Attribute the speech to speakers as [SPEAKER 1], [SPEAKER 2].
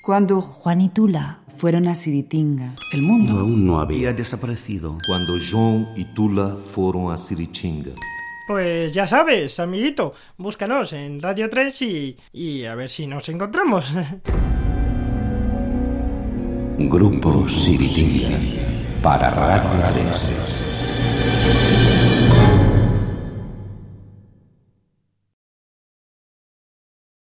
[SPEAKER 1] Cuando Juan y Tula fueron a Siritinga, el mundo
[SPEAKER 2] aún no
[SPEAKER 3] Había
[SPEAKER 2] había.
[SPEAKER 3] desaparecido cuando John y Tula fueron a Sirichinga.
[SPEAKER 4] Pues ya sabes, amiguito, búscanos en Radio 3 y, y a ver si nos encontramos.
[SPEAKER 2] Grupo Siritinga para Radio 3.